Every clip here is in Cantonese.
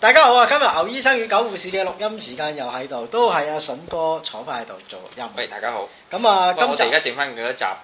大家好啊！今日牛醫生與狗護士嘅錄音時間又喺度，都係阿筍哥坐翻喺度做錄音。喂，大家好。咁啊，喂今我哋而集家剩翻幾多集？誒、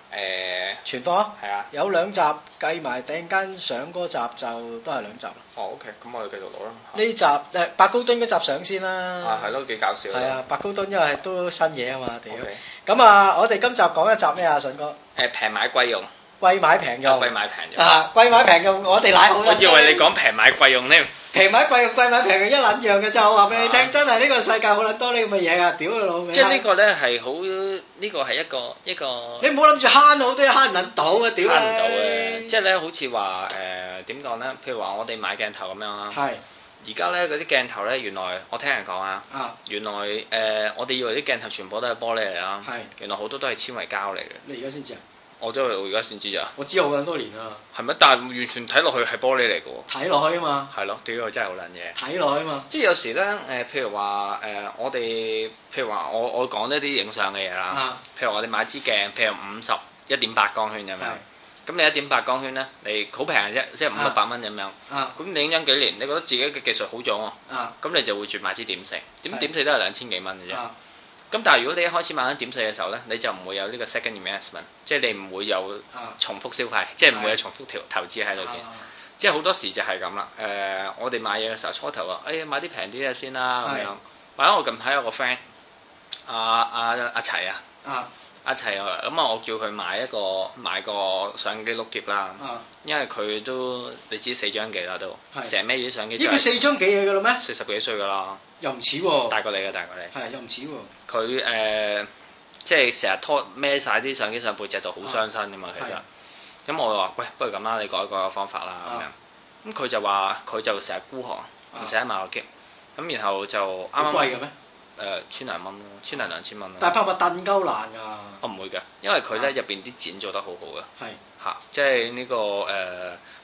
存貨係啊。有兩集，計埋頂間上嗰集就都係兩集啦。哦，OK，咁我哋繼續攞啦。呢集誒白高敦嗰集上先啊，係啦。咯，幾搞笑。嗯係。啊，白高敦因為都新嘢啊嘛，屌 OK。。咁啊，我哋今集講一集咩啊，筍哥？誒，平買貴用，貴買平用。貴買平用。啊，貴買平用，我哋啊奶好啦。我以為你講平買貴用添。平買貴用，貴買平用一撚樣嘅咋，我話俾你啊聽，真係呢個世界好撚多呢咁嘅嘢啊！屌你老味。即係呢個咧係好，呢個係一個一個你唔好諗住慳好多嘢慳唔撚到啊！慳屌你，唔到嘅。即係咧，好似話誒點講咧？譬如話我哋買鏡頭咁樣啦，係而家咧嗰啲鏡頭咧，原來我聽人講啊，啊，原來誒、我哋以為啲鏡頭全部都係玻璃嚟啦，係原來好多都係纖維膠嚟嘅。你而家先知啊？我真係我而家先知咋。我知我咁多年啦，係咪？但係完全睇落去係玻璃嚟嘅喎。睇落去啊嘛，係咯，屌佢真係好撚嘢。睇落去啊嘛，即係有時咧，誒、譬如話誒、我哋譬如話我我講一啲影相嘅嘢啦，啊譬如我哋買支鏡，譬如五十一點八光圈咁樣係，咁你一點八光圈咧，你好平嘅啫，即係五六百蚊咁樣。啊咁你影咗幾年，你覺得自己嘅技術好咗喎，啊咁你就會轉買支點四，點係點四都係兩千幾蚊嘅啫。啊咁但係如果你一開始買緊點四嘅時候咧，你就唔會有呢個 second investment，即係你唔會有啊重複消費，即係唔會有重複投投資喺裏邊。即係好多時就係咁啦。誒、我哋買嘢嘅時候初頭啊，哎呀買啲平啲嘅先啦咁係樣。或者我近排有個 friend，阿阿阿齊啊，啊阿齊啊，咁啊我叫佢買一個買個相機碌夾啦，啊！因為佢都你知四張幾啦都，係成日孭住啲相機咦，佢四四張幾嘢嘅嘞咩？四十幾歲㗎啦，又唔似喎，大過你嘅大過你。係又唔似喎，佢誒、呃即係成日拖孭晒啲相機上背脊度，好傷身㗎嘛其實。咁我就話喂，不如咁啦，你改一改個方法啦啊咁樣。咁佢就話佢就成日孤寒，唔捨得買個 g 咁然後就啱好啱貴嘅咩？誒千零蚊咯，千零兩千蚊但咯。係拍咪燉鳩難㗎，我唔會嘅，因為啊佢咧入邊啲剪做得好好嘅係嚇，即係呢個誒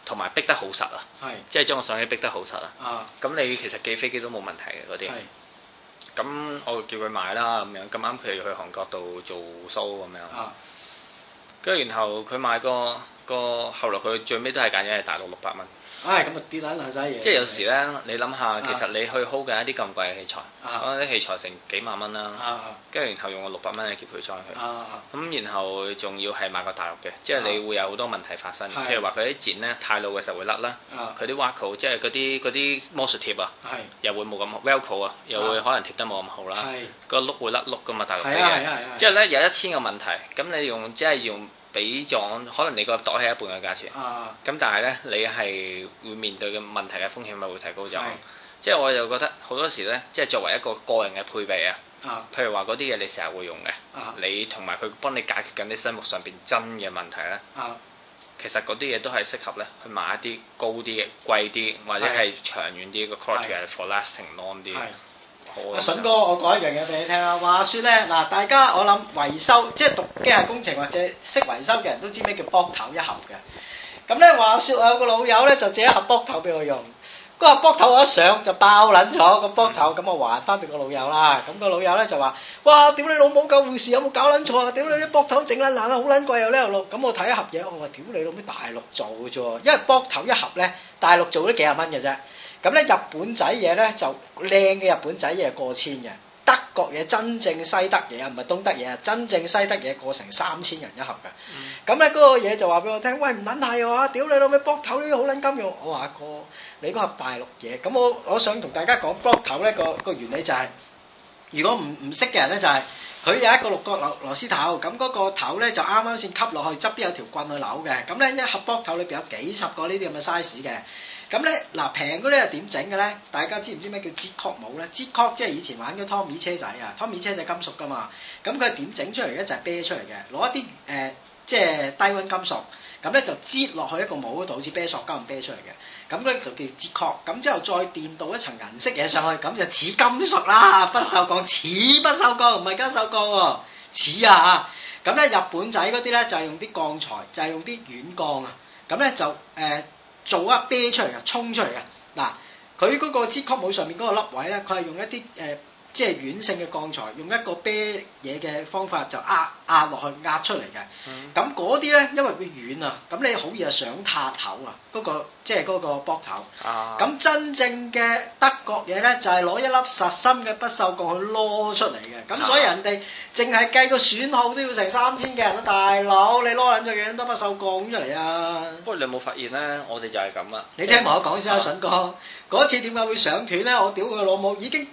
同埋逼得好實啊，係即係將個相機逼得好實啊。啊咁你其實寄飛機都冇問題嘅嗰啲係。咁我叫佢買啦咁樣，咁啱佢又去韓國度做 show 咁樣。啊跟住然後佢買個個後來佢最尾都係揀咗係大陸六百蚊，唉咁啊跌撚爛晒嘢，即係有時咧你諗下，啊其實你去 hold 緊一啲咁貴嘅器材，啊嗰啲器材成幾萬蚊啊啦，啊跟住然後用個六百蚊嘅劫去裝佢，啊咁然後仲要係買個大陸嘅，即係你會有好多問題發生，係譬如話佢啲剪咧太老嘅時候會甩啦，啊佢啲 waco 即係嗰啲嗰啲魔術貼啊，係又會冇咁好 velcro 啊，又會啊可能貼得冇咁好啦，係個碌會甩碌噶嘛大陸係啲啊嘢係。啊係啊，之後咧有一千個問題，咁你用即係用比撞，可能你個袋係一半嘅價錢，啊咁但係咧你係會面對嘅問題嘅風險咪會提高咗係。即係我就覺得好多時咧，即係作為一個個人嘅配備啊，啊譬如話嗰啲嘢你成日會用嘅，啊你同埋佢幫你解決緊你生活上邊真嘅問題咧，啊其實嗰啲嘢都係適合咧去買一啲高啲嘅、貴啲或者係長遠啲嘅 quality 係 for lasting long 啲。係。好啊阿筍哥，我講一樣嘢俾你聽啊！話説咧，嗱，大家我諗維修，即係讀機械工程或者識維修嘅人都知咩叫膊頭一盒嘅。咁咧話説我有個老友咧就借一盒膊頭俾我用，嗰盒膊頭我一上就爆撚咗個膊頭，咁我還翻俾個老友啦。咁個老友咧就話：，哇！屌你老母救護士有冇搞撚錯啊！屌你啲膊頭整撚爛啦，好撚啊貴又呢又六。咁我睇一盒嘢，我話：屌你老母大陸做嘅啫喎，因為膊頭一盒咧大陸做都幾廿蚊嘅啫。咁咧日本仔嘢咧就靚嘅日本仔嘢過千嘅，德國嘢真正西德嘢啊，唔係東德嘢啊，真正西德嘢過成三千人一盒嘅。咁咧嗰個嘢就話俾我聽，喂唔撚係啊，屌你老味，膊頭呢啲好撚金用。我話阿哥，你嗰盒大陸嘢，咁我我想同大家講膊頭咧個個原理就係、如果唔唔識嘅人咧就係、佢有一個六角螺螺絲頭，咁嗰個頭咧就啱啱先吸落去，側邊有條棍去扭嘅。咁咧一盒膊頭裏邊有幾十個呢啲咁嘅 size 嘅。咁咧嗱平嗰啲係點整嘅咧？大家知唔知咩叫折角帽咧？折角即係以前玩嘅湯米車仔啊，湯米車仔金屬噶嘛。咁佢係點整出嚟嘅就係啤出嚟嘅，攞一啲誒、呃即係低温金屬，咁咧就擠落去一個帽嗰度，好似啤塑膠咁啤出嚟嘅。咁咧就叫折角，咁之後再電到一層銀色嘢上去，咁就似金屬啦，不鏽鋼似不鏽鋼，唔係加鏽鋼喎，似啊嚇。咁咧日本仔嗰啲咧就係用啲鋼材，就係用啲軟鋼啊，咁咧就誒。呃做一啤出嚟嘅，衝出嚟嘅。嗱，佢嗰個支曲帽上面嗰個粒位咧，佢係用一啲誒呃即係軟性嘅鋼材，用一個啤嘢嘅方法就壓壓落去壓出嚟嘅。嗯咁嗰啲咧，因為佢軟啊，咁你好易啊上塌口啊，嗰、個即係嗰個膊頭。啊，咁真正嘅德國嘢咧，就係攞一粒實心嘅不鏽鋼去攞出嚟嘅。咁所以人哋淨係計個損耗都要成三千幾人啦，啊大佬你攞撚咗幾多不鏽鋼出嚟啊？不過你有冇發現咧？我哋就係咁啊！你即係聽埋我講先啊，筍哥。嗰次點解會上斷咧？我屌佢老母，已經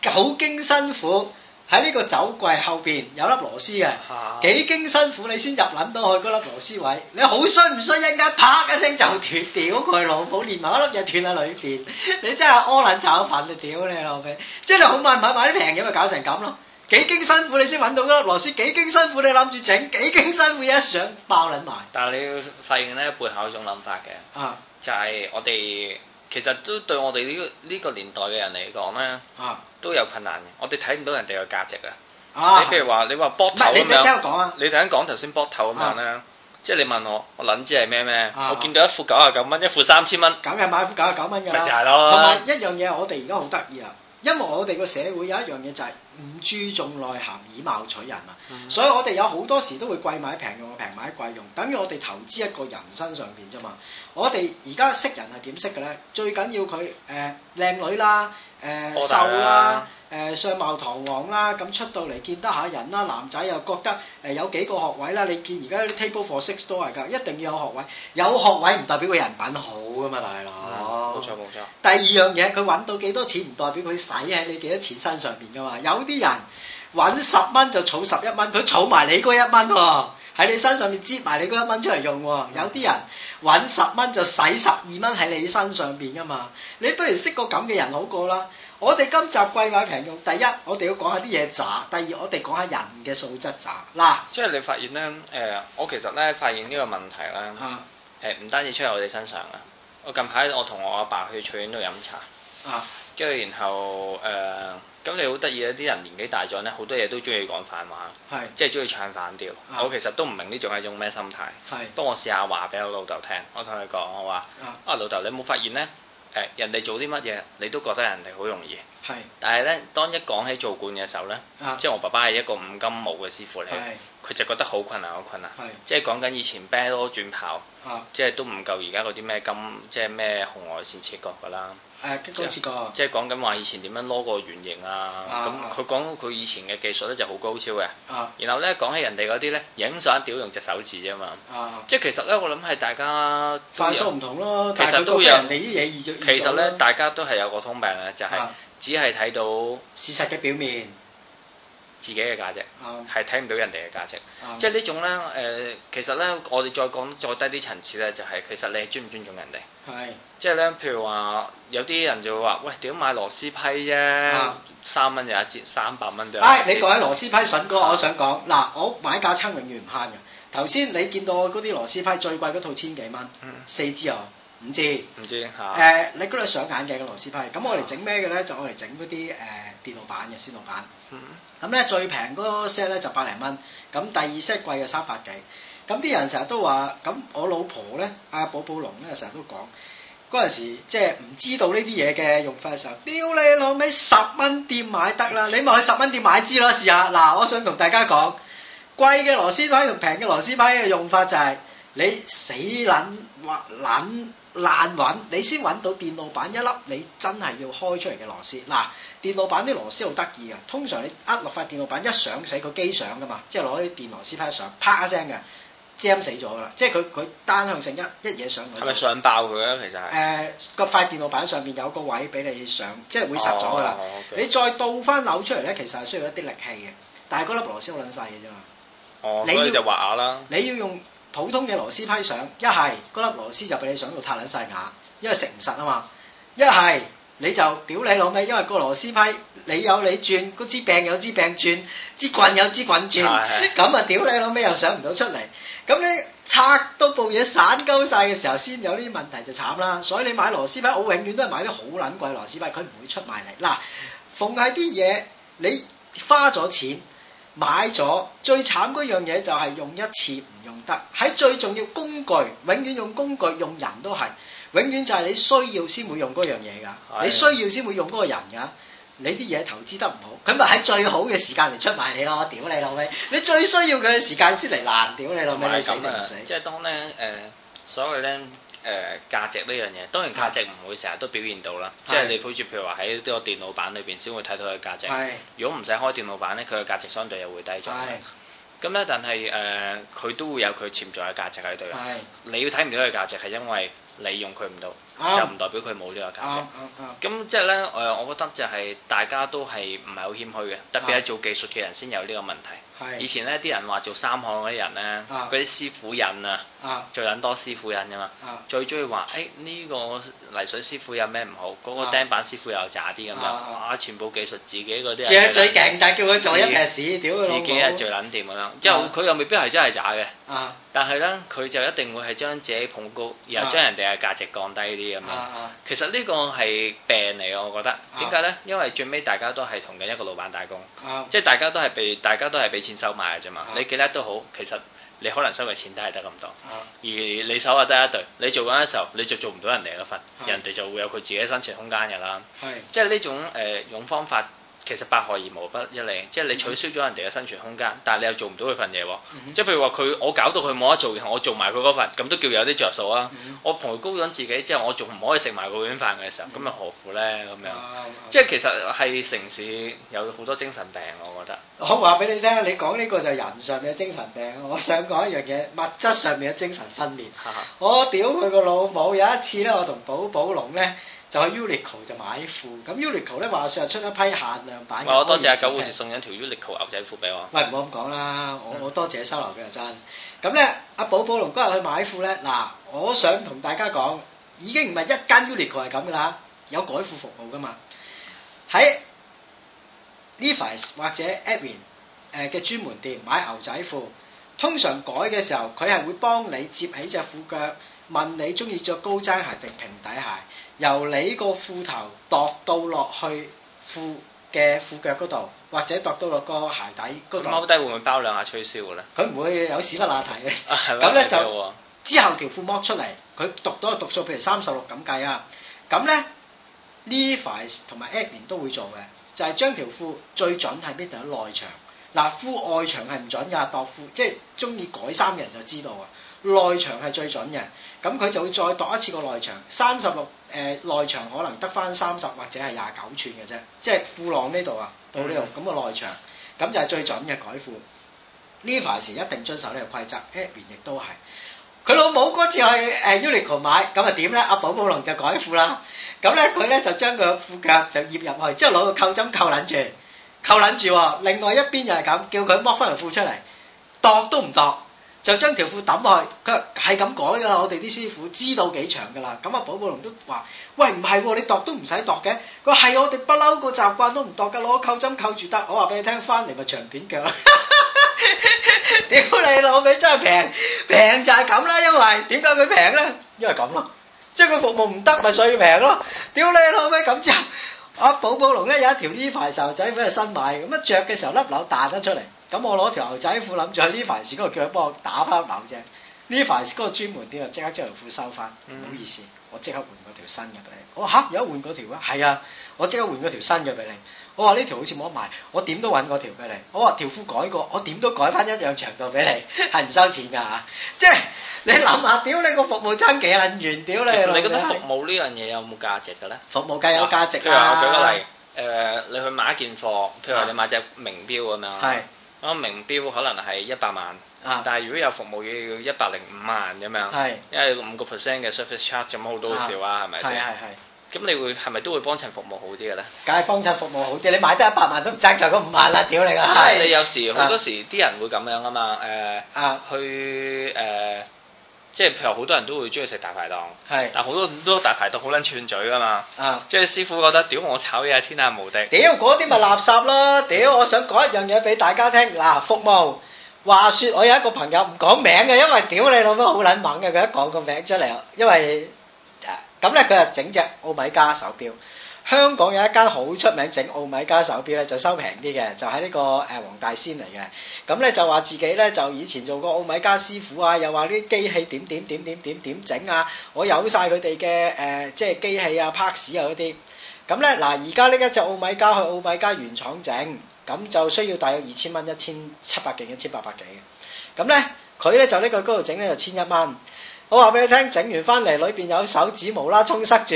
久經辛苦喺呢個酒櫃後邊有粒螺絲嘅，啊幾經辛苦你先入撚到去嗰粒螺絲位。你好衰唔衰？一間啪一聲就斷，屌佢老母，連埋一粒嘢斷喺裏邊。你真係屙撚炒粉啊！屌你老味，即係你好買唔買買啲平嘢咪搞成咁咯。幾經辛苦你先揾到嗰粒螺絲，幾經辛苦你諗住整，幾經辛苦一上爆撚埋但係你要發現咧，背後有一種諗法嘅，啊就係我哋其實都對我哋呢個呢個年代嘅人嚟講咧，啊都有困難嘅。我哋睇唔到人哋嘅價值啊！啊！你譬如話，你話膊唔頭係你咁你聽樣，我講啊！你頭先講頭先膊頭咁樣咧，即係你問我，我撚知係咩咩？啊我見到一副九啊九蚊，一副三千蚊，梗係買九十九蚊㗎咪就啦。係同埋咯。一樣嘢，我哋而家好得意啊！因為我哋個社會有一樣嘢就係唔注重內涵，以貌取人啊，嗯所以我哋有好多時都會貴買平用，平買貴用，等於我哋投資一個人身上邊啫嘛。我哋而家識人係點識嘅咧？最緊要佢誒靚女啦，誒、波大啦瘦啦。誒、相貌堂皇啦，咁出到嚟見得下人啦，男仔又覺得誒、有幾個學位啦，你見而家啲 table for six 都係㗎，一定要有學位，有學位唔代表佢人品好㗎嘛，大佬。嗯冇錯冇錯。第二樣嘢，佢揾到幾多錢唔代表佢使喺你幾多錢身上邊噶嘛。有啲人揾十蚊就儲十一蚊，佢儲埋你嗰一蚊喎，喺你身上面擠埋你嗰一蚊出嚟用喎。有啲人揾十蚊就使十二蚊喺你身上邊噶嘛。你不如識個咁嘅人好過啦。我哋今集貴買平用，第一我哋要講下啲嘢渣，第二我哋講下人嘅素質渣。嗱，即係你發現咧，誒、我其實咧發現呢個問題咧。啊誒唔單止出喺我哋身上啊！我近排我同我阿爸去翠園度飲茶，啊跟住然後誒，咁、你好得意啊！啲人年紀大咗咧，好多嘢都中意講反話，係即係中意唱反調。啊我其實都唔明呢種係一種咩心態，係不過我試下話俾我老豆聽，我同佢講我話：啊啊老豆，你有冇發現咧？誒、人哋做啲乜嘢，你都覺得人哋好容易，係但係咧，當一講起做罐嘅時候咧，啊即係我爸爸係一個五金模嘅師傅嚟，係佢就覺得好困難，好困難。係即係講緊以前啤螺轉炮。啊即係都唔夠而家嗰啲咩金，即係咩紅外線切割㗎啦。誒，高志哥即係講緊話以前點樣攞個圓形啊啊啊，咁佢講佢以前嘅技術咧就好高超嘅。啊然後咧講起人哋嗰啲咧，影相屌用隻手指啫嘛。啊！即係其實咧，我諗係大家都快有數唔同咯，其實但係佢都覺有得人哋啲嘢易做。其實咧易做，咯大家都係有個通病咧，就係啊只係睇到事實嘅表面，自己嘅價值，啊係睇唔到人哋嘅價值。啊即係呢種咧，誒、其實咧，我哋再講再低啲層次咧，就係、其實你係尊唔尊重人哋。係即係咧，譬如話有啲人就會話：喂，屌買螺絲批啫啊，三蚊有一折，三百蚊就有一折。哎唉，你講起螺絲批筍哥，啊我想講嗱，我買架撐永遠唔慳嘅。頭先你見到我嗰啲螺絲批最貴嗰套千幾蚊嗯，四支啊，五支。唔知誒、嚇？你嗰度上眼鏡嘅螺絲批，咁我嚟整咩嘅咧？就我嚟整嗰啲誒電腦板嘅先導板。嗯咁咧最平嗰 set 咧就百零蚊，咁第二 set 貴嘅三百幾。咁啲人成日都話，咁我老婆咧，阿寶寶龍咧成日都講，嗰陣時即係唔知道呢啲嘢嘅用法嘅時候，屌你老味十蚊店買得啦，你咪去十蚊店買支咯，試下。嗱，我想同大家講，貴嘅螺絲批同平嘅螺絲批嘅用法就係、你死撚或撚爛揾，你先揾到電路板一粒你真係要開出嚟嘅螺絲。嗱，電路板啲螺絲好得意嘅，通常你呃落塊電路板一上死佢機上噶嘛，即係攞啲電螺絲批一上，啪一聲嘅 jam 死咗噶啦，即係佢佢單向性一一嘢上去係咪上爆佢啊？其實係誒個塊電腦板上面有個位俾你上，即係會實咗㗎啦。哦，OK 你再倒翻扭出嚟咧，其實係需要一啲力氣嘅，但係嗰粒螺絲好撚細嘅啫嘛。哦，你要所以就畫下啦。你要用普通嘅螺絲批上，一係嗰粒螺絲就俾你上到塌撚晒牙，因為食唔實啊嘛。一係你就屌你老味，因為個螺絲批你有你轉，嗰支柄有支柄轉，支棍有支棍轉，係咁啊屌你老味又上唔到出嚟。咁你拆到部嘢散鳩晒嘅時候，先有呢啲問題就慘啦。所以你買螺絲批，我永遠都係買啲好撚貴螺絲批，佢唔會出賣你。嗱，逢係啲嘢你花咗錢。買咗最慘嗰樣嘢就係用一次唔用得，喺最重要工具，永遠用工具用人都係，永遠就係你需要先會用嗰樣嘢㗎，係啊你需要先會用嗰個人㗎。你啲嘢投資得唔好，佢咪喺最好嘅時間嚟出賣你咯，屌你老味！你最需要佢嘅時間先嚟爛，屌你老同味！埋你係死定唔咁啊死？，嗯即係當咧誒、所謂咧誒價值呢樣嘢，當然價值唔會成日都表現到啦，係即係你配住譬如話喺呢個電腦版裏邊先會睇到佢嘅價值。係如果唔使開電腦版咧，佢嘅價值相對又會低咗。係咁咧，但係誒佢都會有佢潛在嘅價值喺度嘅。啊係哦你要睇唔到佢嘅價值係因為你用佢唔到，就啱唔代表佢冇呢個價值啱。啱啱咁即係咧，誒，我覺得就係大家都係唔係好謙虛嘅，特別係做技術嘅人先有呢個問題。以係前咧，啲人話做三行嗰啲人咧，啊嗰啲師傅印啊，啊最撚多師傅印噶嘛，啊最中意話誒呢個泥水師傅有咩唔好，嗰個啊釘板師傅又渣啲咁樣，啊哇！全部技術自己嗰啲最人最勁，但係叫佢做一撇屎，屌佢自老己係最母！撚掂咁樣，又佢又未必係真係渣嘅，啊但係咧佢就一定會係將自己捧高，然後將人哋嘅價值降低啲咁啊樣。啊其實呢個係病嚟嘅，我覺得點解呢？因為最尾大家都係同緊一個老闆打工，啊！即係大家都係被大家都係俾錢收買嘅啫嘛啊。你幾叻都好，其實你可能收嘅錢都係得咁多，啊而你手下得一對，你做緊嘅時候你就做唔到人哋嗰份，係人哋就會有佢自己嘅生存空間㗎啦。係即係呢種誒用方法。其實百害而無不一利，即係你取消咗人哋嘅生存空間，但係你又做唔到佢份嘢喎。嗯即係譬如話佢，我搞到佢冇得做，然後我做埋佢嗰份，咁都叫有啲着數啊。嗯我抬高咗自己之後，我仲唔可以食埋個碗飯嘅時候，咁又何苦呢？咁樣，啊啊即係其實係城市有好多精神病，我覺得。我話俾你聽，你講呢個就係人上面嘅精神病。我想講一樣嘢，物質上面嘅精神分裂。哈哈我屌佢個老母！有一次咧，我同寶寶龍咧就去 Uniqlo 就買褲，咁 Uniqlo 咧話説係出一批限量版嘅安全帽。我多謝阿九護士送咗條 Uniqlo 牛仔褲俾我。喂，唔好咁講啦，我我多謝收留佢就真。咁咧，阿寶寶龍嗰日去買褲咧，嗱，我想同大家講，已經唔係一間 Uniqlo 係咁噶啦，有改褲服務噶嘛。喺 Levi's 或者 Edwin 誒嘅專門店買牛仔褲，通常改嘅時候，佢係會幫你摺起只褲腳，問你中意着高踭鞋定平底鞋，由你個褲頭度到落去褲嘅褲腳嗰度，或者度到落個鞋底嗰咁度。踎低會唔會包兩下吹簫嘅啊咧？佢唔會有屎忽罅睇嘅。啊係咪咁咧就幾好喎之後條褲剝出嚟，佢讀到個讀數，譬如三十六咁計啊。咁咧 Levi's 同埋 Admin 都會做嘅，就係、將條褲最準係邊度內長。嗱，褲外長係唔準㗎，度褲即係中意改衫嘅人就知道啊。內長係最準嘅，咁佢就會再度一次個內長，三十六誒內長可能得翻三十或者係廿九寸嘅啫，即係褲浪呢度啊，到呢度咁個內長，咁就係最準嘅改褲。呢排時一定遵守呢個規則 a d 亦都係。佢老母嗰次去誒 Uniqlo 買，咁啊點咧？阿寶寶龍就改褲啦。咁咧佢咧就將佢個褲腳就醃入去，之後攞個扣針扣撚住，扣撚住喎。另外一邊又係咁，叫佢剝翻條褲出嚟，度都唔度，就將條褲抌落去。佢話係咁改噶啦，我哋啲師傅知道幾長噶啦。咁啊寶寶龍都話：喂唔係喎，你度都唔使度嘅。佢話係我哋不嬲個習慣都唔度噶，攞個扣針扣住得。我話俾你聽，翻嚟咪長短腳啦。 屌你老味，真係平平就係咁啦，因為點解佢平咧？因為咁咯，即係佢服務唔得，咪所以平咯。屌你老味，咁就阿寶寶龍咧有一條呢排細路仔俾佢新買，咁一着嘅時候粒紐彈得出嚟，咁我攞條牛仔褲諗住喺呢排時嗰度叫佢幫我打翻粒紐啫。呢排時嗰個專門店就即刻將條褲收翻，唔嗯好意思，我即刻換嗰條新嘅俾你。我話吓，而家換嗰條啊？係啊，我即刻換嗰條新嘅俾你。我話呢條好似冇得賣，我點都揾嗰條俾你。我話條褲改過，我點都改翻一樣長度俾你， 係唔收錢㗎嚇。即係你諗下，屌你個服務爭幾撚遠，屌其你老味！實啊你覺得服務呢樣嘢有冇價值嘅咧？服務梗係有價值啊譬如啦。話我舉個例，誒，你去買一件貨，譬如話你啊買隻名錶咁樣，係咁啊名錶可能係一百萬，啊，但係如果有服務要一百零五萬咁樣。係因為五個 percent 嘅 service charge 咁好都好少啊，係咪係係先？係，咁你會係咪都會幫襯服務好啲嘅咧？梗係幫襯服務好啲。你買得一百萬都唔爭在嗰五萬啦，屌你個因閪！為你有時好多時啲人會咁樣啊嘛，誒啊，去誒，即係譬如好多人都會中意食大排檔，係但好多都大排檔好撚串嘴噶嘛，啊。即係師傅覺得屌我炒嘢係天下無敵，屌嗰啲咪垃圾咯！屌，我想講一樣嘢俾大家聽，嗱，服務。話説我有一個朋友唔講名嘅，因為屌你老母好撚猛嘅，佢一講個名出嚟，因為啊咁咧佢就整隻奧米加手錶。香港有一間好出名整奧米加手錶咧，就收平啲嘅，就喺呢、個誒黃大仙嚟嘅。咁咧就話自己咧就以前做過奧米加師傅啊，又話啲機器點點呃點點點點整啊，我有晒佢哋嘅誒即係機器啊、拍 a 啊嗰啲。咁咁咧嗱，而家呢一隻奧米加去奧米加原廠整，咁就需要大約二千蚊、一千七百幾、一千八百幾嘅。咁咧佢咧就呢個嗰度整咧就千一蚊。我話俾你聽，整完翻嚟裏邊有手指毛啦，充塞住，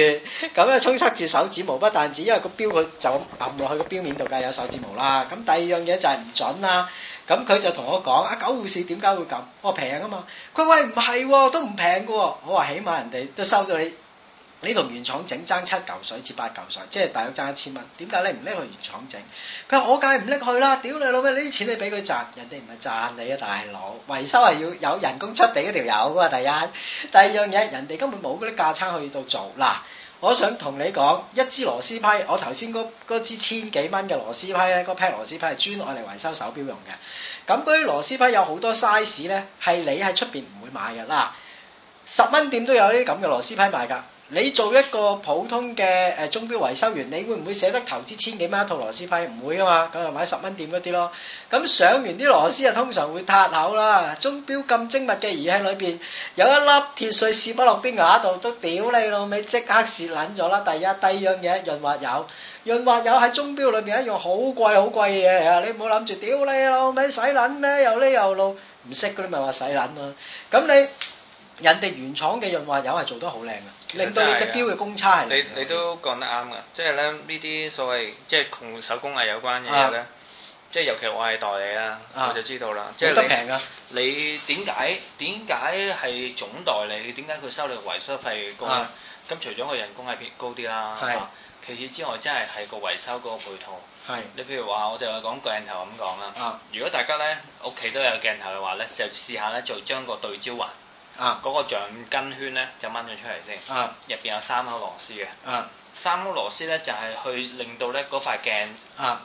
咁咧充塞住手指毛不但止，因為個錶佢就咁撳落去個錶面度㗎，有手指毛啦。咁第二樣嘢就係唔準啦。咁佢就同我講：啊，狗護士點解會咁？我話平啊嘛。佢喂唔係喎，都唔平嘅喎。我話起碼人哋都收到你。你同原廠整爭七嚿水至八嚿水，即係大約爭一千蚊。點解你唔拎去原廠整？佢話我梗係唔拎去啦，屌你老味！呢啲錢你俾佢賺，人哋唔係賺你啊，大佬！維修係要有人工出俾嗰條友㗎，第一， 第二樣嘢人哋根本冇嗰啲架撐去到做嗱。我想同你講，一支螺絲批，我頭先嗰嗰支千幾蚊嘅螺絲批咧，嗰 pair 螺絲批係專愛嚟維修手錶用嘅。咁嗰啲螺絲批有好多 size 咧，係你喺出邊唔會買嘅嗱。十蚊店都有呢啲咁嘅螺絲批賣㗎。你做一個普通嘅誒鐘錶維修員，你會唔會捨得投資千幾蚊一套螺絲批？唔會啊嘛，咁就買十蚊店嗰啲咯。咁上完啲螺絲啊，通常會塌口啦。鐘錶咁精密嘅儀器裏邊，有一粒鐵碎攝不落啲牙度，都屌你老味，即刻蝕撚咗啦！第一、第二樣嘢潤滑油。潤滑油喺鐘錶裏邊一樣好貴好貴嘅嘢嚟啊！你唔好諗住屌你老味洗撚咩？又呢又路，唔識嗰啲咪話洗撚咯。咁你。人哋原廠嘅潤滑油係做得好靚嘅，令到你隻錶嘅公差係你零嘅你都講得啱噶，即係咧呢啲所謂即係同手工藝有關嘅嘢咧，即係尤其我係代理啦，啊我就知道啦，即冇得係平㗎，你你點解點解係總代理？點解佢收你維修費高咧啊？咁除咗佢人工係偏高啲啦，係啊其次之外，真係係個維修嗰個配套。係你譬如話，我就講鏡頭咁講啦。啊如果大家咧屋企都有鏡頭嘅話咧，就試下咧就將個對焦環啊嗰個橡筋圈咧就掹咗出嚟先。啊入邊有三口螺絲嘅，啊三口螺絲咧就係去令到咧嗰塊鏡啊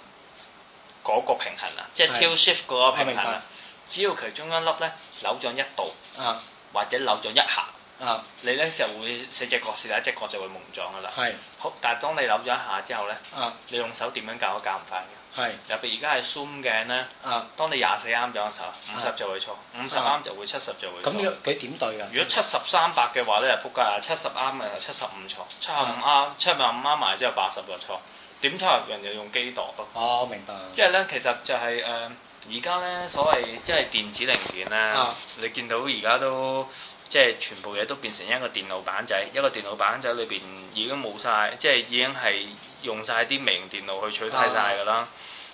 嗰個平衡啊，即係係 tilt shift 嗰個我平明衡啊白。只要其中一粒咧扭咗一度啊或者扭咗一下，啊你咧就會四隻角是但一隻角就會蒙撞噶啦。係好，但係當你扭咗一下之後咧，啊你用手點樣教都教唔翻嘅。係特別而家係 zoom 鏡咧，啊，當你廿四啱咗嘅時候，五十就會錯，五十啊啱就會七十就會咁要錯。佢點對㗎？如果七十三百嘅話咧，就撲街啦！啊七十啱嘅就七十五錯，七十五啱，七十五啱埋之後八十就錯。點投入人就用機度咯。哦，明白即係咧，其實就係、誒。呃而家咧，所謂即係電子零件咧，啊你見到而家都即係全部嘢都變成一個電腦板仔，一個電腦板仔裏邊已經冇晒，即係已經係用晒啲微型電腦去取替晒㗎啦。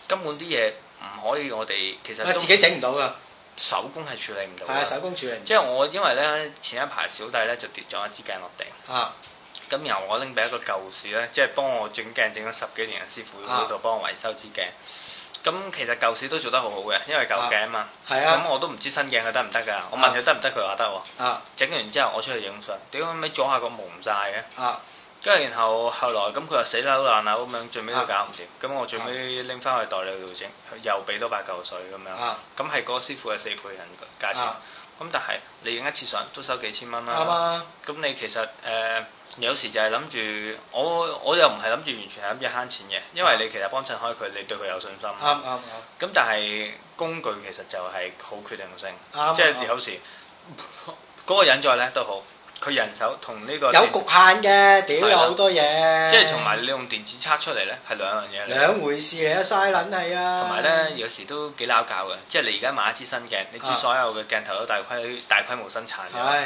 根本啲嘢唔可以我哋其實啊，都自己整唔到㗎，手工係處理唔到係啊，㗎。手工處理唔即係我因為咧前一排小弟咧就跌咗一支鏡落地，到啊咁然後我拎俾一個舊士咧，即係幫我整鏡整咗十幾年嘅師傅啊嗰度幫我維修支鏡。咁其實舊士都做得好好嘅，因為舊鏡啊嘛。係咁啊我都唔知新鏡佢得唔得㗎，我問佢得唔得，佢話得喎。啊整完之後我出去影相，屌咪左下角蒙晒嘅。啊跟住然後後來咁佢又死扭爛扭咁樣，最尾都搞唔掂。咁我最尾拎翻去代理度整，佢又俾多八嚿水咁樣。啊咁係嗰個師傅嘅四倍人價錢。啊咁但係你影一次相都收幾千蚊啦。啱啊咁你其實誒、呃有時就係諗住，我我又唔係諗住完全係諗住慳錢嘅，因為你其實幫襯開佢，你對佢有信心。啱啱咁但係工具其實就係好決定性，啱啊即係啱有時 嗰個人在咧都好，佢人手同呢個啱，有局限嘅，屌有係啦好多嘢，即係同埋你用電子測出嚟咧係兩樣嘢嚟。兩回事嚟啊，嘥撚氣啦，同埋咧，有時都幾撈教嘅，即係你而家買一支新鏡，你知啊所有嘅鏡頭都大規大規模生產嘅，係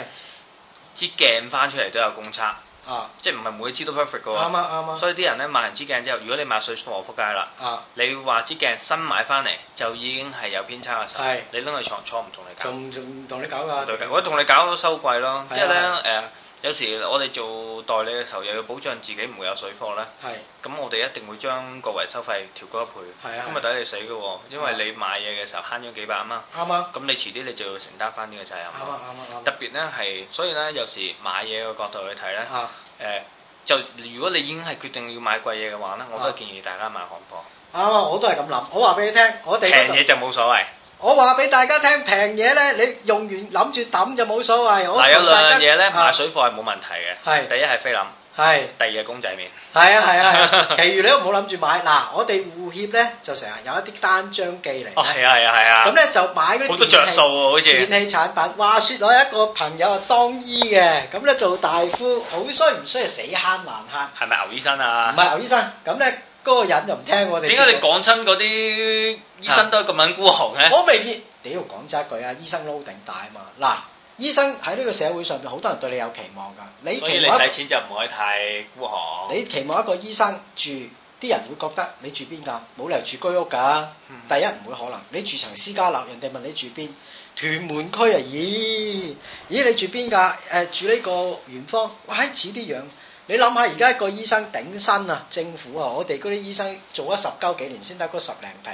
支鏡翻出嚟都有公差，啊即係唔係每支都 perfect 嘅啱喎。啊啱啊所以啲人咧買完支鏡之後，如果你買水貨撲街啦，啊，你話支鏡新買翻嚟就已經係有偏差嘅時候係，你拎去廠廠唔同你搞，仲仲同你搞唔對㗎㗎，我同你搞都收貴咯。係啊即係咧誒，有時我哋做代理嘅時候，又要保障自己唔會有水貨咧，係。咁我哋一定會將個維修費調高一倍，係啊咁咪抵你死嘅喎，因為你買嘢嘅時候慳咗幾百蚊，啱啊，咁你遲啲你就要承擔翻呢個責任啱咯。啊，啱啊，特別咧係，所以咧有時買嘢嘅角度去睇咧。啱啊，誒、呃就如果你已經係決定要買貴嘢嘅話咧，我啊都係建議大家買行貨，啱啊，我都係咁諗。我話俾你聽，我哋嗰平嘢度，就冇所謂。我話俾大家聽，平嘢咧，你用完諗住抌就冇所謂。我嗱，有同大兩家樣嘢咧，啊買水貨係冇問題嘅。係第一係菲林，係。第二日公仔面，係啊係啊係啊，其餘你都唔好諗住買。嗱，我哋互協咧就成日有一啲單張記哦嚟， 係啊係啊係啊，咁咧就買嗰啲好多着電器數喎，好電似器產品。話説我有一個朋友啊當醫嘅，咁咧做大夫，好衰唔衰啊死慳還係咪牛醫生慳，唔啊？係牛醫生。咁咧嗰個人就唔聽我哋。點解你？講親嗰啲醫生都係咁撚孤寒嘅？我未見。屌講真一句啊，醫生撈定大啊嘛。嗱，醫生喺呢個社會上面好多人對你有期望㗎，你所以期你望一使錢就唔可以太孤寒。你期望一個醫生住，啲人會覺得你住邊㗎？冇理由住居屋㗎。嗯第一唔會可能，你住層私家樓，人哋問你住邊？屯門區啊，咦咦你住邊㗎？誒、住呢個元芳，哇似啲樣。你諗下而家個醫生頂薪啊，政府啊，我哋嗰啲醫生做咗十鳩幾年先得嗰十零皮，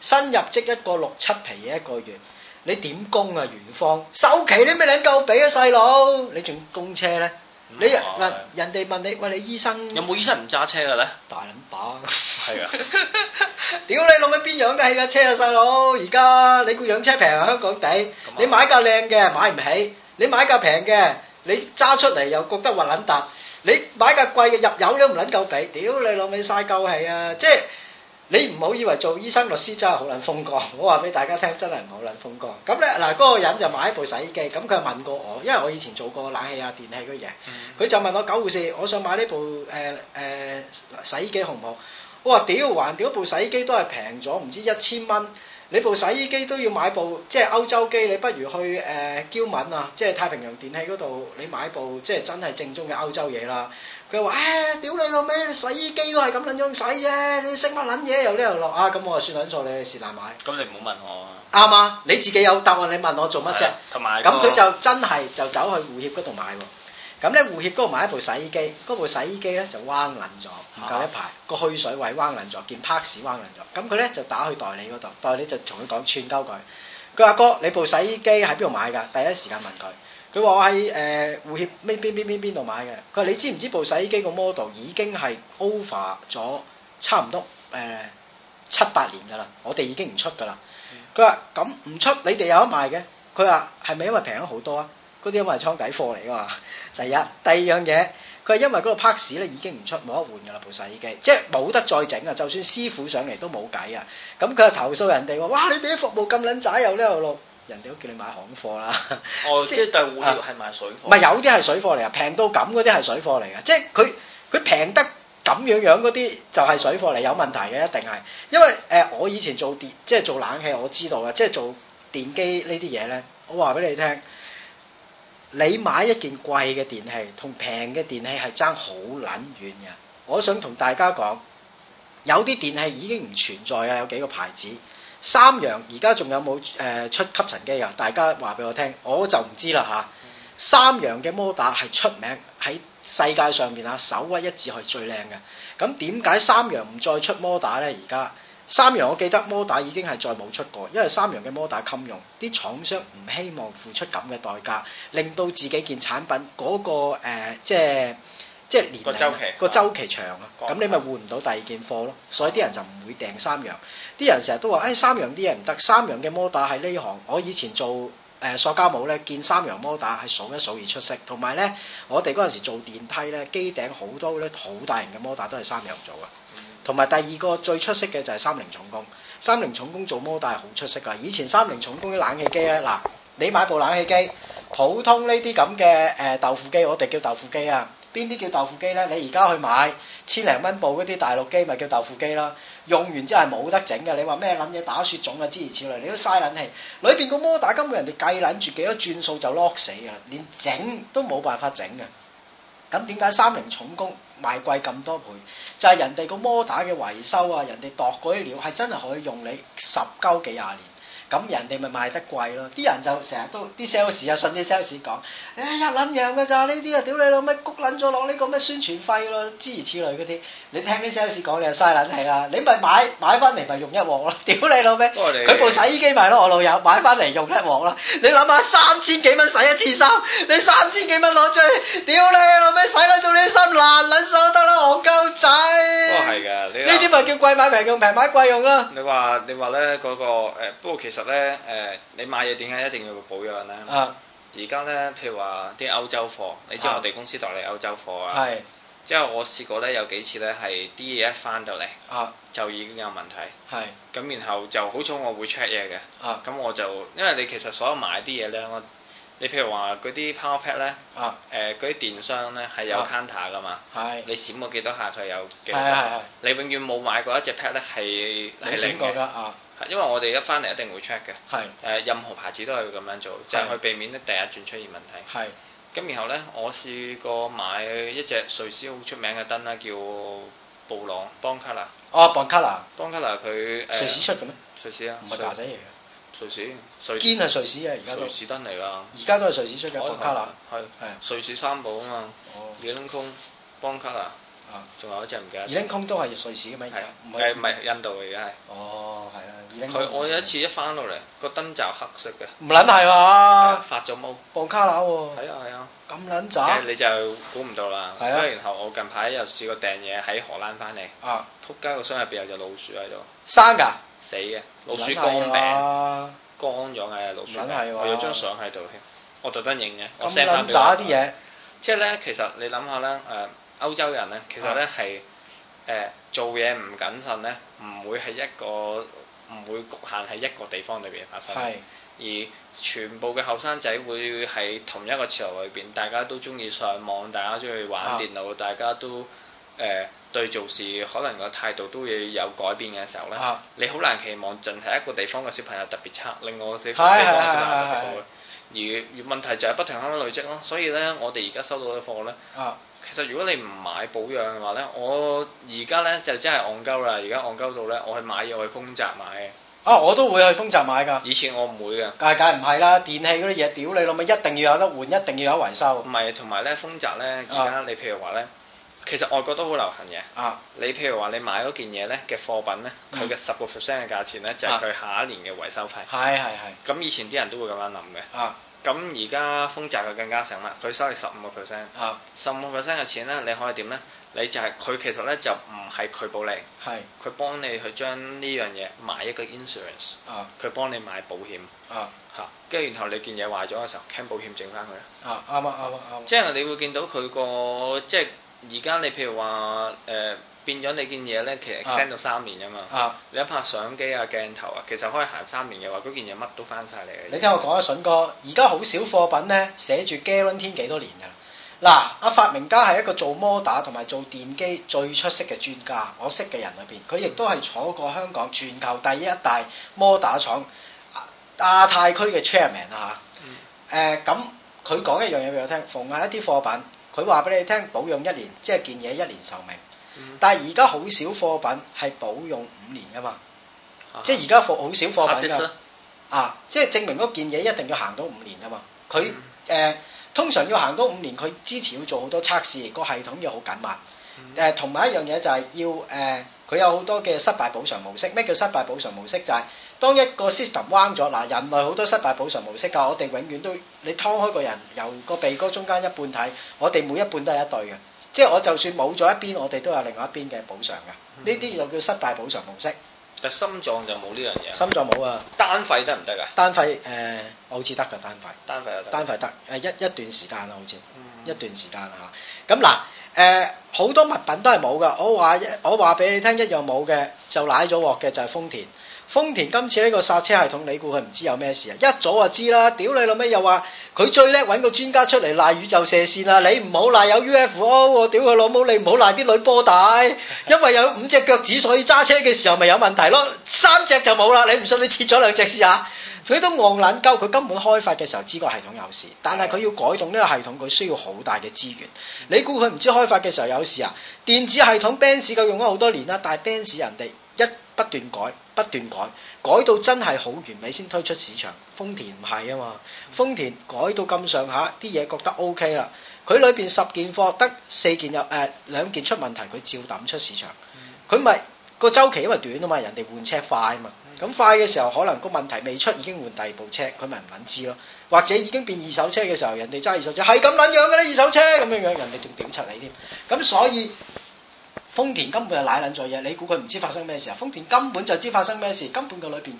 新入職一個六七皮嘢一個月，你點供啊元芳？首期你咪撚夠俾啊細佬，你仲供車咧？你咁人啊問人哋問你喂你醫生有冇醫生唔揸車嘅咧？大撚把，係啊！屌你老味邊養得起架車啊細佬！而家你估養車平啊香港地啊，你買架靚嘅買唔起，你買架平嘅你揸出嚟又覺得核撚突，你買架貴嘅入油都唔撚夠俾，屌你老味嘥鳩氣啊！即係你唔好以為做醫生律師真係好撚風光，我話俾大家聽真係唔好撚風光。咁咧嗱，嗰、個人就買一部洗衣機，咁佢問過我，因為我以前做過冷氣啊、電器嗰啲嘢。佢就問我九護士，我想買呢部誒誒、呃洗衣機好唔好？我話屌，還屌部洗衣機都係平咗，唔知一千蚊。你部洗衣機都要買部即係歐洲機，你不如去誒、呃、嬌敏啊，即係太平洋電器嗰度，你買部即係真係正宗嘅歐洲嘢啦。佢話誒，屌你老味，你洗衣機都係咁撚樣洗啫，你識乜撚嘢又呢又落啊？咁我話算撚數，你是但買。咁你唔好問我啊。啱啊，你自己有答案，你問我做乜係啫啊？同埋咁個佢就真係就走去互協嗰度買喎。咁咧互協嗰度買一部洗衣機，嗰部洗衣機咧就彎撚咗，唔夠一排，個去水位彎撚咗，件 p a r 彎撚咗。咁佢咧就打去代理嗰度，代理就同佢講串鳩佢。佢話哥，你部洗衣機喺邊度買㗎？第一時間問佢。佢話我喺誒互協邊邊邊邊邊度買嘅。佢話你知唔知部洗衣機個 model 已經係 over 咗差唔多誒、呃七八年㗎啦，我哋已經唔出㗎啦。佢話咁唔出，你哋有得賣嘅。佢話係咪因為平咗好多啊？嗰啲因為倉底貨嚟㗎嘛。 第一，第二樣嘢，佢係因為嗰個 p a r t 咧已經唔出，冇得換㗎啦部洗衣機，即係冇得再整啊！就算師傅上嚟都冇計啊！咁佢就投訴人哋話：哇！你哋啲服務咁撚渣，又呢又路，人哋都叫你買行貨啦。哦，即啊即係對護業係賣水貨。唔係有啲係水貨嚟啊，平到咁嗰啲係水貨嚟啊嘅，即係佢佢平得咁樣樣嗰啲就係水貨嚟，有問題嘅一定係，因為誒、呃我以前做電即係做冷氣，我知道嘅，即係做電機呢啲嘢咧，我話俾你聽。你買一件貴嘅電器同平嘅電器係爭好撚遠嘅。我想同大家講，有啲電器已經唔存在嘅，有幾個牌子。三洋而家仲有冇誒、呃出吸塵機啊？大家話俾我聽，我就唔知啦嚇。三洋嘅摩打係出名喺世界上面啊，首屈一指係最靚嘅。咁點解三洋唔再出摩打呢？而家三洋我記得摩打已經係再冇出過，因為三洋嘅摩打襟用，啲廠商唔希望付出咁嘅代價，令到自己件產品嗰、個、呃、即係。即係年個齡啊周期個周期長啊，講咁你咪換唔到第二件貨咯，所以啲人就唔會訂三洋。啲人成日都話：，誒、哎三洋啲嘢唔得，三洋嘅摩打喺呢行，我以前做誒、塑膠帽咧，見三洋摩打係數一數二出色，同埋咧，我哋嗰陣時做電梯咧，機頂好多咧好大型嘅摩打都係三洋做嘅。嗯同埋第二個最出色嘅就係三菱重工，三菱重工做摩打係好出色㗎。以前三菱重工啲冷氣機咧，嗱，你買部冷氣機，普通呢啲咁嘅誒豆腐機，我哋叫豆腐機啊。邊啲叫豆腐機咧？你而家去買千零蚊部嗰啲大陸機，咪叫豆腐機啦。用完之後係冇得整嘅。你話咩撚嘢打雪種啊，諸如此類，你都嘥撚氣。裏邊個摩打根本人哋計撚住幾多轉數就 lock 死㗎啦，連整都冇辦法整嘅。咁點解三菱重工賣貴咁多倍？就係人哋個摩打嘅維修啊，人哋度嗰啲料係真係可以用你十鳩幾廿年。咁人哋咪賣得貴咯，啲人就成日都啲 sales 啊，信啲 sales 講，誒一撚樣㗎咋呢啲啊，屌你老咩，谷撚咗落呢個咩宣傳費咯，諸如此類嗰啲，你聽啲 sales 講你就嘥撚氣啦，你咪買買翻嚟咪用一鑊咯，屌你老咩，不過你佢部洗衣機咪哎咯，我老友買翻嚟用一鑊啦，你諗下三千幾蚊洗一次衫，你三千幾蚊攞出去，屌你老咩，洗撚到你啲衫爛撚手得啦，戇鳩仔，不過係呢㗎，你啲咪叫貴買平用，平買貴用啦。你話你話咧嗰個誒不過其實咧誒，你買嘢點解一定要保養咧？啊，而家咧，譬如話啲歐洲貨，你知啊我哋公司代理歐洲貨啊，係之後我試過咧有幾次咧係啲嘢一翻到嚟啊，就已經有問題，係咁然後就好彩我會 check 嘢嘅，啊咁我就因為你其實所有買啲嘢咧，我你譬如話嗰啲 power pad 咧，啊誒嗰啲電商咧係有啊 counter 噶嘛，係你閃過幾多下佢有幾係多係啊下，係你永遠冇買過一隻 pad 咧係冇係閃零過㗎嘅，啊，係因為我哋一翻嚟一定會 check 嘅，係誒呃任何牌子都係會咁樣做，就係去避免咧第一轉出現問題。係咁然後咧，我試過買一隻瑞士好出名嘅燈啦，叫布朗邦卡拿。哦 b o n c a l a 邦卡拿佢誒瑞士出嘅咩？瑞士啊，唔係瑞茶仔嚟嘅，瑞士瑞堅係瑞士嘅而家都瑞，士燈嚟㗎。而家都係瑞士出嘅 b o 我 n c a l a 係係瑞士三寶啊嘛，哦野冷空邦卡拿啊，仲有一隻唔記得二咗。零空都係瑞士嘅咩？而係家啊，誒唔係印度嚟嘅係。哦，係啦，二零佢我有一次一翻到嚟，個燈罩黑色嘅，唔撚係係啊嘛，發咗毛。 b 卡 n 喎，係啊係啊，咁撚即係渣你就估唔到啦。係啊跟住然後我近排又試過訂嘢喺荷蘭翻嚟。啊，仆街個箱入邊有隻老鼠喺度，生㗎，死嘅老鼠唔撚乾係病，嘛乾咗嘅老鼠唔撚係病，喎我有張相喺度添，我特登影嘅，我咁 send 翻撚俾渣啲我。嘢，即係咧，其實你諗下咧，誒、歐洲人咧，其實啊咧係誒做嘢唔謹慎咧，唔會係一個唔會局限喺一個地方裏邊發生，係而全部嘅後生仔會喺同一個潮流裏邊，大家都中意上網，大家中意玩啊電腦，大家都誒、呃對做事可能個態度都會有改變嘅時候咧。啊，你好難期望淨係一個地方嘅小朋友特別差，另外個地係方嘅小朋友係特別好係係嘅。而而問題就係不停咁樣累積咯，所以咧，我哋而家收到嘅貨咧，啊其實如果你唔買保養嘅話咧，我而家咧就真係戇鳩啦，而家戇鳩到咧，我去買嘢我去豐澤買嘅，啊，我都會去豐澤買㗎，以前我唔會嘅，梗係梗係唔係啦，電器嗰啲嘢，屌你老味，一定要有得換，一定要有得維修唔係同埋咧豐澤咧，而家你譬如話咧，其實外國都好流行嘅，啊，你譬如話你買嗰件嘢咧嘅貨品咧，佢嘅十個 percent 嘅價錢咧就係佢下一年嘅維修費，係係係咁以前啲人都會咁樣諗嘅。啊咁而家豐澤佢更加醒啦，佢收你十五個 percent，啊十五個 percent 嘅錢咧，你可以點咧？你就係、佢其實咧就唔係佢保你，係佢幫你去將呢樣嘢買一個 insurance，啊佢幫你買保險啊嚇，跟住然後你件嘢壞咗嘅時候，can 保險整翻佢啦。啊啱啊啱啊啱啊，即係你會見到佢個即係而家你譬如話誒、變咗你件嘢咧，其實啊 extend 到三年啊嘛。啊！你一拍相機啊鏡頭啊，其實可以行三年嘅話，嗰件嘢乜都翻晒嚟嘅。你聽我講啊，筍哥，而家好少貨品咧寫住 guarantee 幾多年㗎。嗱，阿發明家係一個做摩打同埋做電機最出色嘅專家，我識嘅人裏邊，佢亦都係坐過香港全球第一大摩打廠啊亞太區嘅 chairman 啊嗯嚇。誒咁、佢講一樣嘢俾我聽，逢係一啲貨品，佢話俾你聽保養一年，即係件嘢一年壽命。嗯但係而家好少貨品係保用五年㗎嘛，即係而家貨好少貨品㗎。啊啊，即係證明嗰件嘢一定要行到五年啊嘛。佢誒嗯、通常要行到五年，佢之前要做好多測試，個系統要好緊密。嗯誒同埋一樣嘢就係要誒，呃佢、有好多嘅失敗補償模式。咩叫失敗補償模式？就係、當一個 system 彎咗，嗱人類好多失敗補償模式㗎，我哋永遠都你劏開個人，由個鼻哥中間一半睇，我哋每一半都係一對嘅，即係我就算冇咗一邊，我哋都有另外一邊嘅補償嘅。呢啲就叫失敗補償模式。但心臟就冇呢樣嘢，心臟冇啊，單肺得唔得噶？單肺誒、呃我好似得㗎單肺。單肺又得。單費得誒一一段時間啊啦，好似嗯一段時間啦嚇。咁嗱誒，好、多物品都係冇噶。我話一我話俾你聽，一樣冇嘅就奶咗鑊嘅就係豐田。豐田今次呢個剎車系統，你估佢唔知有咩事啊？一早就知啦，屌你老味又話佢最叻揾個專家出嚟賴宇宙射線啦，你唔好賴有 UFO 喎，屌佢老母，你唔好賴啲女波帶，因為有五隻腳趾，所以揸車嘅時候咪有問題咯，三隻就冇啦，你唔信你切咗兩隻試下。佢都戇撚鳩，佢根本開發嘅時候知個系統有事，但係佢要改動呢個系統，佢需要好大嘅資源。你估佢唔知開發嘅時候有事啊？電子系統 Benz 佢用咗好多年啦，但係 Benz 人哋一不斷改，不斷改，改到真係好完美先推出市場。豐田唔係啊嘛，豐田改到咁上下，啲嘢覺得 OK 啦。佢裏邊十件貨得四件有誒、呃、兩件出問題，佢照抌出市場。佢咪個周期因為短啊嘛，人哋換車快啊嘛，咁快嘅時候可能個問題未出已經換第二部車，佢咪唔撚知咯，或者已經變二手車嘅時候，人哋揸二手車係咁撚樣嘅咧，二手車咁樣樣，人哋仲屌柒你添，咁所以。豐田根本就奶撚咗嘢，你估佢唔知發生咩事啊？豐田根本就知發生咩事，根本個裏邊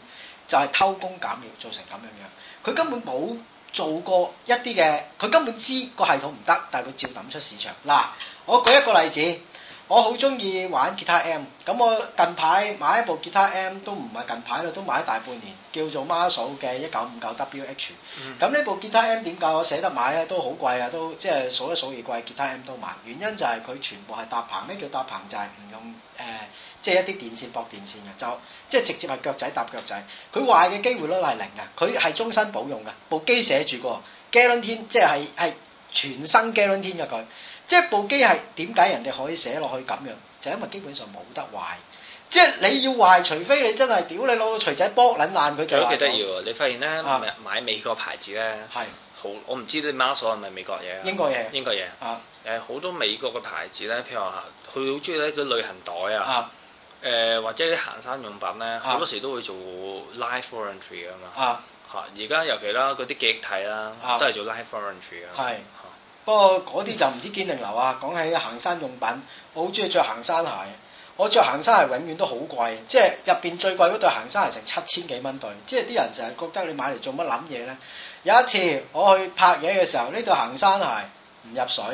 就係偷工減料造成咁樣樣，佢根本冇做過一啲嘅，佢根本知個系統唔得，但係佢照抌出市場。嗱，我舉一個例子，我好中意玩吉他 M，咁我近排買一部吉他 M 都唔係近排啦，都買咗大半年，叫做 Marshall 嘅一九五九 WH。咁嗯呢部吉他 M 點解我捨得買咧？都好貴啊，都即係數一數二貴，吉他 M 都買。原因就係佢全部係搭棚，咩叫搭棚就係唔用誒、呃即係一啲電線駁電線嘅，就即係直接係腳仔搭腳仔。佢壞嘅機會率係零嘅，佢係終身保用嘅。部機寫住個 guarantee，即係係全新 guarantee 嘅佢。即係部機係點解人哋可以寫落去咁樣？就因為基本上冇得壞。即係你要壞，除非你真係屌你老錘仔剝撚爛佢就仲有壞幾得咗意喎！你發現咧啊買買美國牌子咧，係好我唔知啲 m a s 係咪美國嘢啊？英國嘢英國嘢啊誒好多美國嘅牌子咧，譬如話佢好中意咧個旅行袋啊，啊誒或者啲行山用品咧，好多時都會做 life warranty 啊嘛。啊！嚇！而家尤其啦，嗰啲記憶體啦啊，都係做 life warranty 啊。係嚇不過嗰啲就唔知堅定流啊！講起行山用品，我好中意着行山鞋。我着行山鞋永遠都好貴，即係入邊最貴嗰對行山鞋成七千幾蚊對，即係啲人成日覺得你買嚟做乜撚嘢呢？有一次我去拍嘢嘅時候，呢對行山鞋唔入水，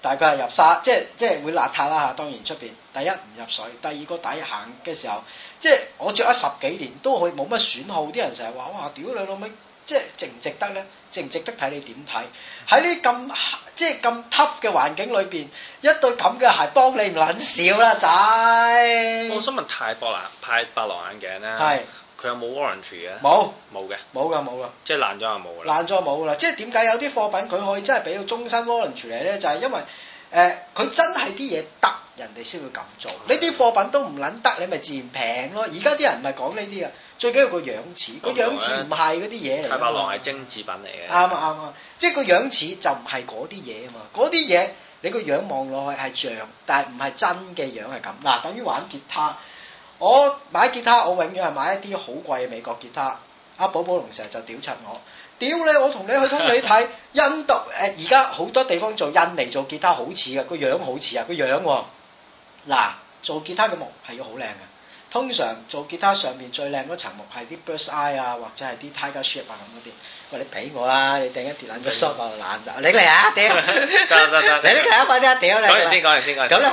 但係佢係入沙，即係即係會邋遢啦嚇。當然出邊第一唔入水，第二個底行嘅時候，即係我着咗十幾年都可以冇乜損耗，啲人成日話哇屌你老味，即係值唔值得呢？值唔值得睇你點睇？喺呢啲咁即係咁 tough 嘅環境裏邊，一對咁嘅鞋幫你唔撚少啦，仔。我想問泰博蘭派白狼眼鏡咧，係佢有冇 warranty 嘅？冇冇嘅，冇噶冇噶，即係爛咗就冇㗎啦。爛咗冇啦。即係點解有啲貨品佢可以真係俾到終身 warranty 嚟咧？就係、因為誒，呃佢、真係啲嘢得，人哋先會咁做。呢啲貨品都唔撚得，你咪自然平咯。而家啲人唔係講呢啲啊，最緊要個樣似，個樣似唔係嗰啲嘢嚟㗎嘛。泰哦白狼係精緻品嚟嘅。啱啊啱啊，即係個樣似就唔係嗰啲嘢啊嘛，嗰啲嘢你個樣望落去係像，但係唔係真嘅樣係咁。嗱，等於玩吉他，我買吉他我永遠係買一啲好貴嘅美國吉他。阿寶寶龍成日就屌柒我，屌你！我同你去通你睇 印度誒，而家好多地方做印尼做吉他好似嘅，個樣好似啊，個樣喎、嗱，做吉他嘅木係要好靚嘅。通常做吉他上面最靚嗰層木係啲 birds eye 啊，或者係啲 tiger shape 啊咁嗰啲。喂，你俾我啦，你掟一跌爛咗 shop 啊，爛就你嚟啊，屌！ 得得得得你拎嚟啊，快啲啊，屌你！講完先，講完先，講完先咁咧，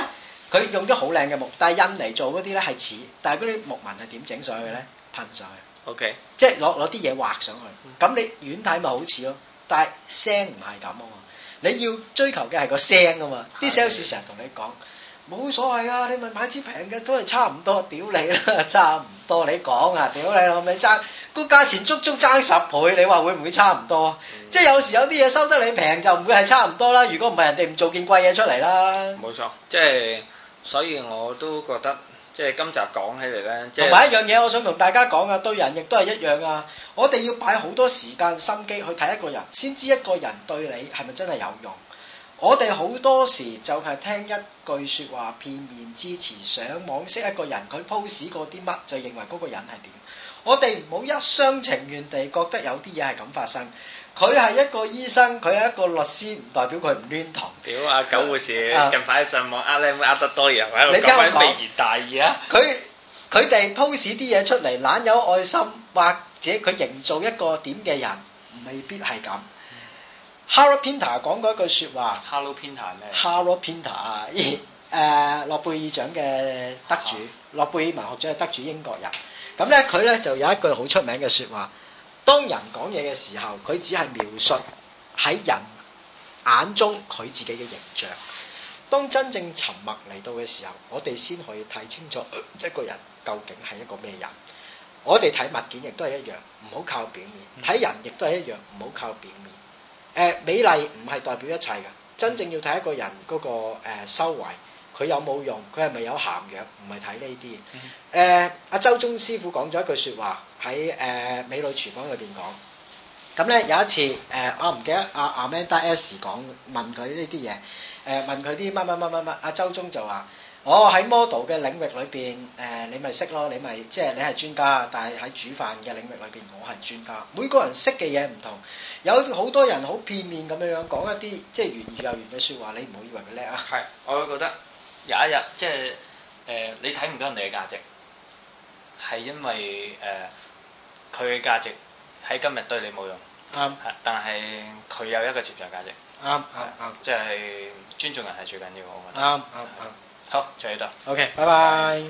佢用咗好靚嘅木，但係印尼做嗰啲咧係似，但係嗰啲木紋係點整上去嘅咧？噴上去。 OK，即係攞攞啲嘢畫上去，咁你遠睇咪好似咯，但係聲唔係咁啊嘛，你要追求嘅係個聲啊嘛，啲係 sales 成日同你講冇所謂啊，你咪買支平嘅都係差唔多，屌你啦， 差唔多你講啊，屌你老味爭個價錢足足爭十倍，你話會唔會差唔多啊？即係有時有啲嘢收得你平就唔會係差唔多啦，如果唔係人哋唔做件貴嘢出嚟啦，冇錯，即係所以我都覺得，即係今集講起嚟咧，即同埋係一樣嘢，我想同大家講啊，對人亦都係一樣啊。我哋要擺好多時間心機去睇一個人，先知一個人對你係咪真係有用。我哋好多時就係聽一句説話，片面之詞，上網識一個人，佢 post 過啲乜，就認為嗰個人係點。我哋唔好一廂情願地覺得有啲嘢係咁發生。佢係一個醫生，佢係一個律師，唔代表佢唔攣同。屌阿九護士啊近排上網呃靚妹呃得多，然後喺你度聽我講緊講微言大義啊！佢佢哋 post 啲嘢出嚟，懶有愛心，或者佢營造一個點嘅人，未必係咁。Harold Pinter 講過一句説話 Hello Pinter 咩，Harold Pinter 啊，咦誒諾貝爾獎嘅得主，諾貝爾文學獎嘅得主英國人。咁咧佢咧就有一句好出名嘅説話，當人講嘢嘅時候，佢只係描述喺人眼中佢自己嘅形象。當真正沉默嚟到嘅時候，我哋先可以睇清楚呃一個人究竟係一個咩人。我哋睇物件亦都係一樣，唔好靠表面；睇人亦都係一樣，唔好靠表面。誒、美麗唔係代表一切嘅，真正要睇一個人嗰、個、呃、修為，佢有冇用，佢係咪有鹹藥，唔係睇呢啲。誒、呃阿周中師傅講咗一句説話喺誒、呃美女廚房裏邊講。咁咧有一次，誒、我唔記得阿阿 Manda S 講問佢呢啲嘢，誒、問佢啲乜乜乜乜乜，阿周中就話：我喺 model 嘅領域裏邊，誒、呃你咪識咯，你咪即係你係專家，但係喺煮飯嘅領域裏邊，我係專家。每個人識嘅嘢唔同，有好多人好片面咁樣樣講一啲即係玄而又玄嘅説話，你唔好以為佢叻啊！係，我會覺得有一日即係誒、呃你睇唔到人哋嘅價值，係因為誒佢嘅價值喺今日對你冇用，啱係但係佢有一個潛在價值，啱啱即係尊重人係最緊要，我覺啱得。啱啱好，就喺度。 ，OK，拜拜。